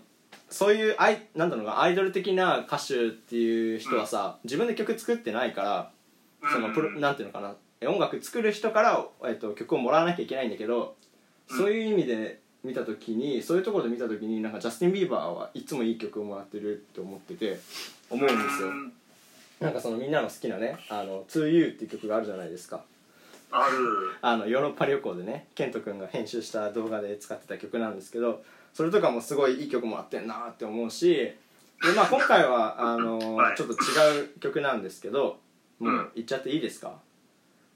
Speaker 1: そういうアイなんだろうなアイドル的な歌手っていう人はさ、自分で曲作ってないから そのプロ、
Speaker 3: うん
Speaker 1: なんていうのかなえ音楽作る人から、えっと、曲をもらわなきゃいけないんだけどそういう意味で見た時にそういうところで見た時になんかジャスティン・ビーバーはいつもいい曲をもらってるって思ってて思うんですよ
Speaker 3: うん
Speaker 1: なんかそのみんなの好きなね「あの 2U」っていう曲があるじゃないですか
Speaker 3: ある
Speaker 1: あのヨーロッパ旅行でね健人君が編集した動画で使ってた曲なんですけどそれとかもすごいいい曲もらってんなーって思うしで、まあ、今回はあのー
Speaker 3: はい
Speaker 1: ちょっと違う曲なんですけども
Speaker 3: うん
Speaker 1: う言っちゃっていいですか、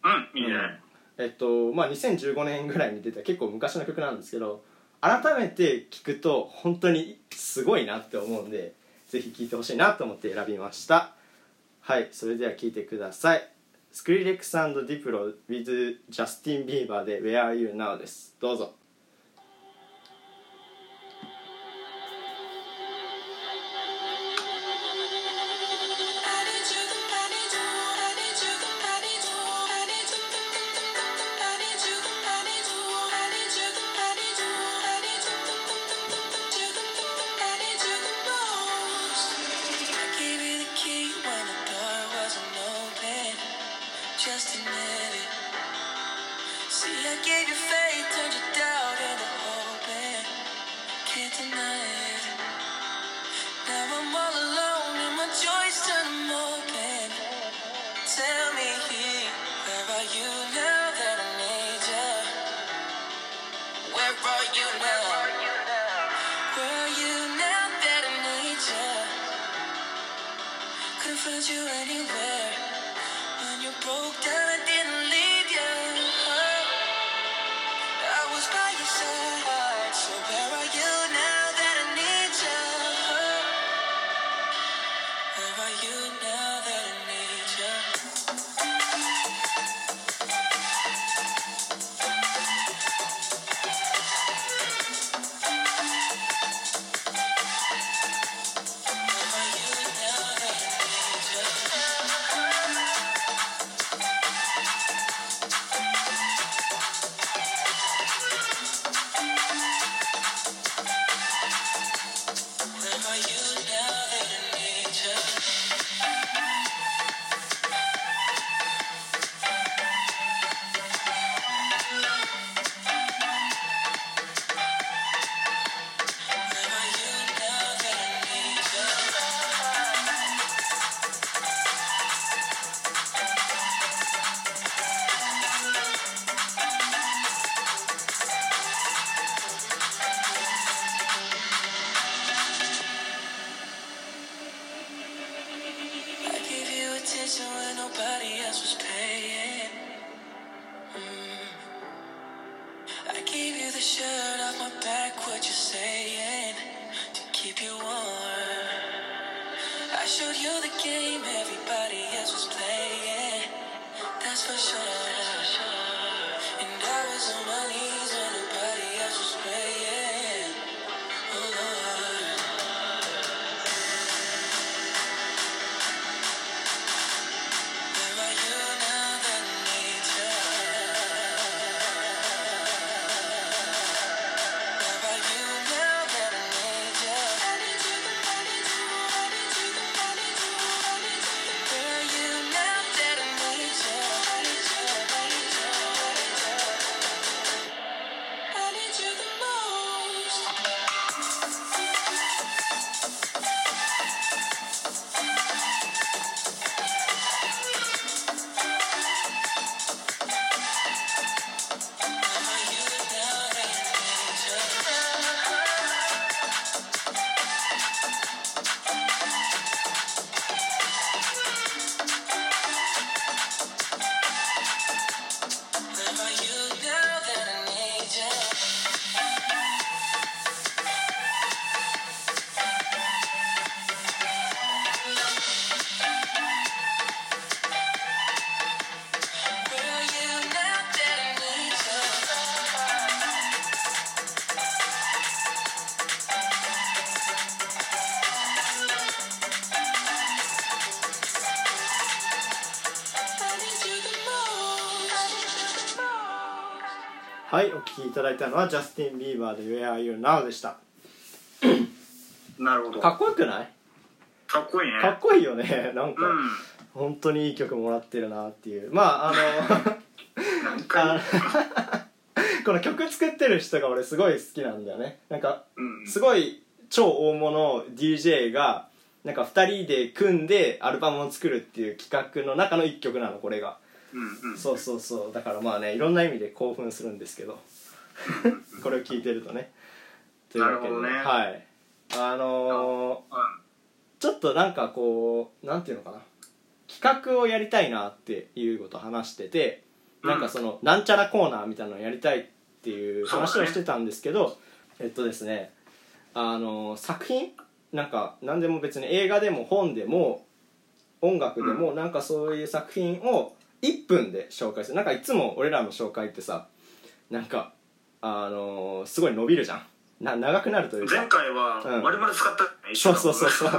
Speaker 3: うんいいね、
Speaker 1: えっとまあ、2015年ぐらいに出た結構昔の曲なんですけど改めて聴くと本当にすごいなって思うんでぜひ聴いてほしいなと思って選びましたはいそれでは聴いてくださいスクリレックスディプロ with ジャスティン・ビーバーで Where Are You Now ですどうぞ
Speaker 4: Just admit it. See, I gave you faith, turned you doubt into hope, and can't deny it. Now I'm all alone and my joys turn them open. Tell me, where are you now that I need you? Where are you now? Where are you now that I need you? Couldn't find you anywhere. When you broke down, I didn't leave you. I was by your side. So where are you now that I need you? Where are you now that I need you? Where are you now that I need you? Mm. the game everybody else was playing. That's for sure. And I was on my knees when nobody else was praying. Oh Lord. Where are you now that nature? Where are you now that nature? Where are you now that nature? I need you the most. Where are you now that nature? Remember you now that I need you. Where you now that I need you. I need you the most. I need you the most.
Speaker 1: はいお聴きいただいたのはジャスティン・ビーバーで「Where Are You Now」でした
Speaker 3: なるほど
Speaker 1: か
Speaker 3: か
Speaker 1: っこよくない
Speaker 3: っこいいね
Speaker 1: かっこいいよねなんか、
Speaker 3: うん
Speaker 1: 本当にいい曲もらってるなっていうまああの
Speaker 3: 何
Speaker 1: あの
Speaker 3: 回
Speaker 1: この曲作ってる人が俺すごい好きなんだよねなんか
Speaker 3: うん
Speaker 1: すごい超大物 DJ がなんか2人で組んでアルバムを作るっていう企画の中の1曲なのこれが
Speaker 3: うんうん
Speaker 1: そうそうそうだからまあねいろんな意味で興奮するんです けどこれを聞いてるとねというわけで
Speaker 3: なるほどね
Speaker 1: はいあのー、ちょっとなんかこうなんていうのかな企画をやりたいなっていうことを話してて、
Speaker 3: うん
Speaker 1: なんかそのなんちゃらコーナーみたいなのをやりたいっていう話
Speaker 3: そう
Speaker 1: を
Speaker 3: だね
Speaker 1: してたんですけど、えっとですねあの作品なんか何でも別に映画でも本でも音楽でもなんかそういう作品を1分で紹介するなんかいつも俺らの紹介ってさなんかあのすごい伸びるじゃんな長くなるといううんか
Speaker 3: 前回は
Speaker 1: うん
Speaker 3: 丸々使ったね
Speaker 1: そうそうそう そう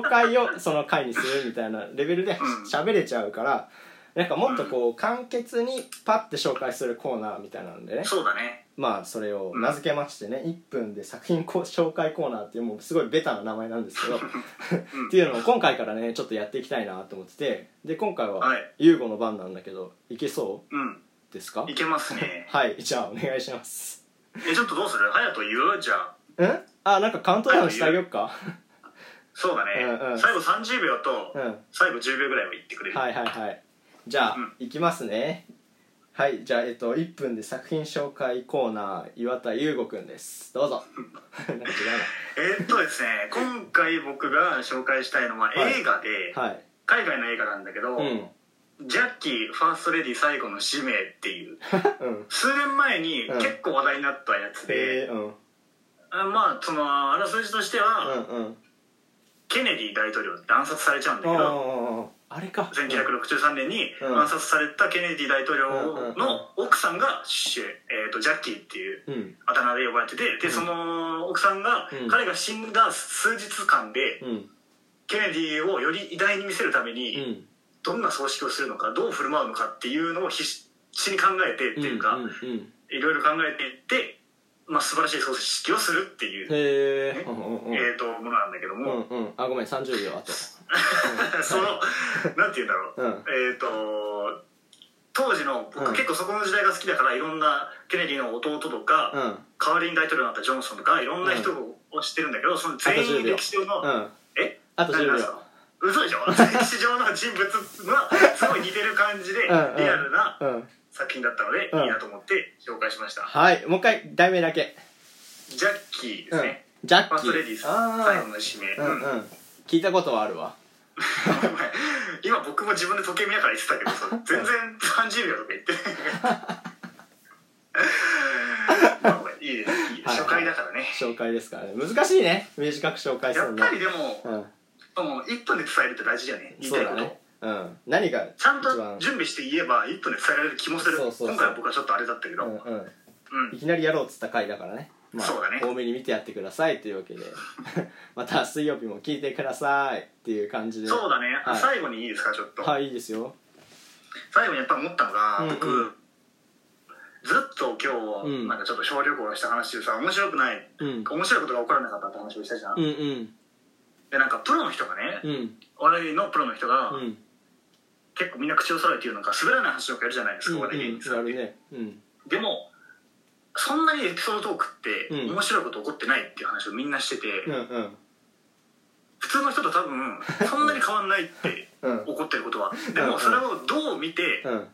Speaker 1: 紹介をその回にするみたいなレベルで
Speaker 3: うん
Speaker 1: 喋れちゃうからなんかもっとこう簡潔にパッて紹介するコーナーみたいなんでね
Speaker 3: そうだね
Speaker 1: まあそれを名付けましてね1分で作品こう紹介コーナーっていうもうすごいベタな名前なん ですけど っていうのを今回からねちょっとやっていきたいなと思っててで今回は
Speaker 3: はい
Speaker 1: 優吾の番なんだけどいけそ
Speaker 3: うん
Speaker 1: うですか
Speaker 3: いけま すね
Speaker 1: はいじゃあお願いします
Speaker 3: えちょっとどうする隼人言うじゃあ
Speaker 1: んあなんかカウントダウンしてあげよっか
Speaker 3: そうだ
Speaker 1: うんうん
Speaker 3: ね最後30秒と
Speaker 1: うん
Speaker 3: 最後10秒ぐらいは言ってくれる
Speaker 1: はいはいはいじゃあ、
Speaker 3: うん
Speaker 1: いきますねはいじゃあえっと1分で作品紹介コーナー岩田優吾くんですどう ぞなんか違
Speaker 3: えーっとで すね今回僕が紹介したいのは
Speaker 1: はい
Speaker 3: 映画で
Speaker 1: うなはい
Speaker 3: 海外の映画なんだけど
Speaker 1: うん
Speaker 3: ジャッキーファーストレディ最後の使命っていう
Speaker 1: うん
Speaker 3: 数年前に
Speaker 1: うん
Speaker 3: 結構話題になったや
Speaker 1: へ
Speaker 3: つ
Speaker 1: え
Speaker 3: で
Speaker 1: うんうん
Speaker 3: あまあそのあらすじとしては
Speaker 1: うん
Speaker 3: ケネディ大統領って暗殺されちゃうんだ
Speaker 1: あ
Speaker 3: けど
Speaker 1: ああれか
Speaker 3: 1963年に
Speaker 1: うん
Speaker 3: 暗殺されたケネディ大統領の奥さんがシュ、えー、とジャッキーっていう
Speaker 1: うん
Speaker 3: あだ名で呼ばれてて
Speaker 1: う
Speaker 3: で
Speaker 1: ん
Speaker 3: その奥さんが、
Speaker 1: うん
Speaker 3: 彼が死んだ数日間で
Speaker 1: うん
Speaker 3: ケネディをより偉大に見せるため
Speaker 1: う
Speaker 3: に、
Speaker 1: ん
Speaker 3: どんな葬式をするのかどう振る舞うのかっていうのを必死に考えてって
Speaker 1: うん
Speaker 3: いうか、
Speaker 1: うんうん
Speaker 3: いろいろ考えていって、まあ、素晴らしい葬式をするっていう、
Speaker 1: へえうんうんうん
Speaker 3: えー、とものなんだけど
Speaker 1: う
Speaker 3: も、
Speaker 1: んうんあごめん30秒あと
Speaker 3: そのなんて言うんだろう
Speaker 1: うん
Speaker 3: えー、と当時の僕、
Speaker 1: うん
Speaker 3: 結構そこの時代が好きだからいろんなケネディの弟とか、
Speaker 1: うん
Speaker 3: 代わりに大統領になったジョンソンとかいろんな人を知ってるんだけど、その全
Speaker 1: あと10
Speaker 3: 員
Speaker 1: 秒
Speaker 3: 歴史上の、
Speaker 1: うん
Speaker 3: え
Speaker 1: あと10秒
Speaker 3: 何ですか嘘でしょ 歴史上の人物がすごい似てる感じでリ
Speaker 1: うんうん
Speaker 3: アルな
Speaker 1: うん
Speaker 3: 作品だったので、
Speaker 1: うん
Speaker 3: いいなと思って紹介しました、
Speaker 1: はいもう一回題名だけ
Speaker 3: ジャッキーで
Speaker 1: うん
Speaker 3: すね、
Speaker 1: ジャ
Speaker 3: フ
Speaker 1: ッ
Speaker 3: ァース
Speaker 1: キ
Speaker 3: トレディー
Speaker 1: ー
Speaker 3: さん最
Speaker 1: あ
Speaker 3: 後の指名、
Speaker 1: あうん
Speaker 3: うん
Speaker 1: うん聞いたことはあるわ
Speaker 3: 今僕も自分で時計見ながら言ってたけどそう全然30秒とか言ってない まあまあいいですいいです
Speaker 1: はい
Speaker 3: 初回だからね
Speaker 1: 紹介ですからね難しいね短く紹介す
Speaker 3: や
Speaker 1: る
Speaker 3: っ
Speaker 1: の
Speaker 3: ぱりでも、
Speaker 1: うん
Speaker 3: フでも1分で伝えるって大事じゃね言い
Speaker 1: そ
Speaker 3: た
Speaker 1: う
Speaker 3: いこ
Speaker 1: だ
Speaker 3: と、
Speaker 1: ねうん何が
Speaker 3: ちゃんと
Speaker 1: 一番
Speaker 3: 準備して言えば1分で伝えられる気もする
Speaker 1: そうそうそう
Speaker 3: 今回は僕はちょっとあれだったけど、
Speaker 1: う
Speaker 3: うんん
Speaker 1: うんいきなりやろうっつった回だからね,、まあ、
Speaker 3: そうだね
Speaker 1: 多めに見てやってくださいというわ けでまた水曜日も聞いてくださいっていう感じで
Speaker 3: そうだね、
Speaker 1: はい
Speaker 3: 最後にいいですかちょっと、
Speaker 1: はいいいですよ
Speaker 3: 最後にやっぱり思ったのが、
Speaker 1: うんうん
Speaker 3: 僕ずっと今日、
Speaker 1: うん
Speaker 3: なんかちょっと小旅行した話でさ面白くない、
Speaker 1: うん
Speaker 3: 面白いことが起こらなかったって話をしたじゃん、
Speaker 1: うんうん
Speaker 3: でなんかプロの人がね、
Speaker 1: うん
Speaker 3: お笑いのプロの人が、
Speaker 1: うん
Speaker 3: 結構みんな口を揃えて言うのか滑らない話をやるじゃないですか、お
Speaker 1: うん
Speaker 3: 笑い芸人さん
Speaker 1: や
Speaker 3: って
Speaker 1: るねうん
Speaker 3: でもそんなにエピソードトークって
Speaker 1: うん
Speaker 3: 面白いこと起こってないっていう話をみんなしてて、
Speaker 1: うんうん
Speaker 3: 普通の人と多分そんなに変わんないって
Speaker 1: うん
Speaker 3: 起こってることはで
Speaker 1: うん
Speaker 3: もそれをどう見て
Speaker 1: うん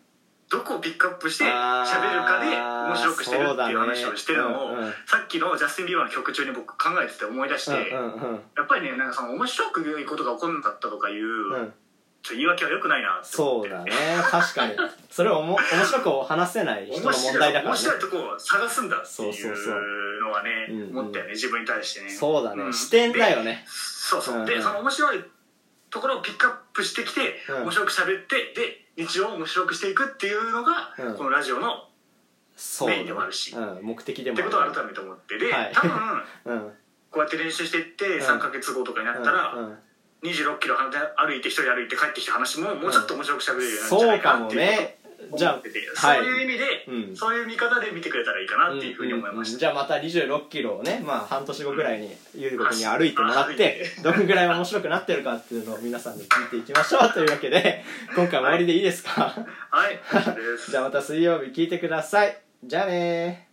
Speaker 3: どこをピックアップして喋るかで面白くしてるっていう話をしてるの
Speaker 1: あーそう
Speaker 3: を
Speaker 1: だねうんうん
Speaker 3: さっきのジャスティン・ビーバーの曲中に僕考えてて思い出して
Speaker 1: う
Speaker 3: や
Speaker 1: んうん
Speaker 3: っぱりねなんかその面白く良いことが起こんなかったとかいう
Speaker 1: うんう
Speaker 3: ちょっ
Speaker 1: ん
Speaker 3: と言い訳は良くないなって
Speaker 1: そ
Speaker 3: 思って
Speaker 1: うだね確かにそれをおも面白く話せない人の問
Speaker 3: 面
Speaker 1: 題
Speaker 3: 白
Speaker 1: だ
Speaker 3: い
Speaker 1: から
Speaker 3: 面
Speaker 1: ね
Speaker 3: 白いとこを探すんだって
Speaker 1: そう
Speaker 3: い
Speaker 1: そうそう
Speaker 3: うのはね
Speaker 1: うんうん
Speaker 3: 思ったよね自分に対してね
Speaker 1: そうだね、
Speaker 3: ん
Speaker 1: 視点だよね
Speaker 3: そうそう、
Speaker 1: うんう
Speaker 3: で
Speaker 1: ん
Speaker 3: その面白いところをピックアップしてきて、
Speaker 1: うん
Speaker 3: 面白く喋ってで日常を面白くしていくっていうのが、
Speaker 1: うん
Speaker 3: このラジオの
Speaker 1: そうだね
Speaker 3: メインでもあるし
Speaker 1: うん、目的で
Speaker 3: っ
Speaker 1: も
Speaker 3: てことを
Speaker 1: ある
Speaker 3: 改めて思ってで、
Speaker 1: はい
Speaker 3: 多分
Speaker 1: うん
Speaker 3: こうやって練習していって
Speaker 1: ん
Speaker 3: 3か月後とかになったら、
Speaker 1: うんうん
Speaker 3: 2 6キロ歩いて一人歩いて帰ってきた話ももうちょっと面白く喋れるようになるんじゃ
Speaker 1: そ
Speaker 3: な
Speaker 1: う
Speaker 3: い
Speaker 1: か
Speaker 3: かな
Speaker 1: も
Speaker 3: っていう
Speaker 1: ねじゃあ
Speaker 3: こと、そういう意味で、
Speaker 1: うん
Speaker 3: そういう見方で見てくれたらいいかなっていうふうに思いました、
Speaker 1: うんうんうんじゃあまた2 6キロをね、まあ、半年後ぐらいにゆうごくんに
Speaker 3: うん
Speaker 1: 歩いてもらってどのぐらい面白くなってるかっていうのを皆さんで聞いていきましょうというわけで今回は終わりでいいですか
Speaker 3: はい以上です
Speaker 1: じゃあまた水曜日聞いてくださいじゃあねー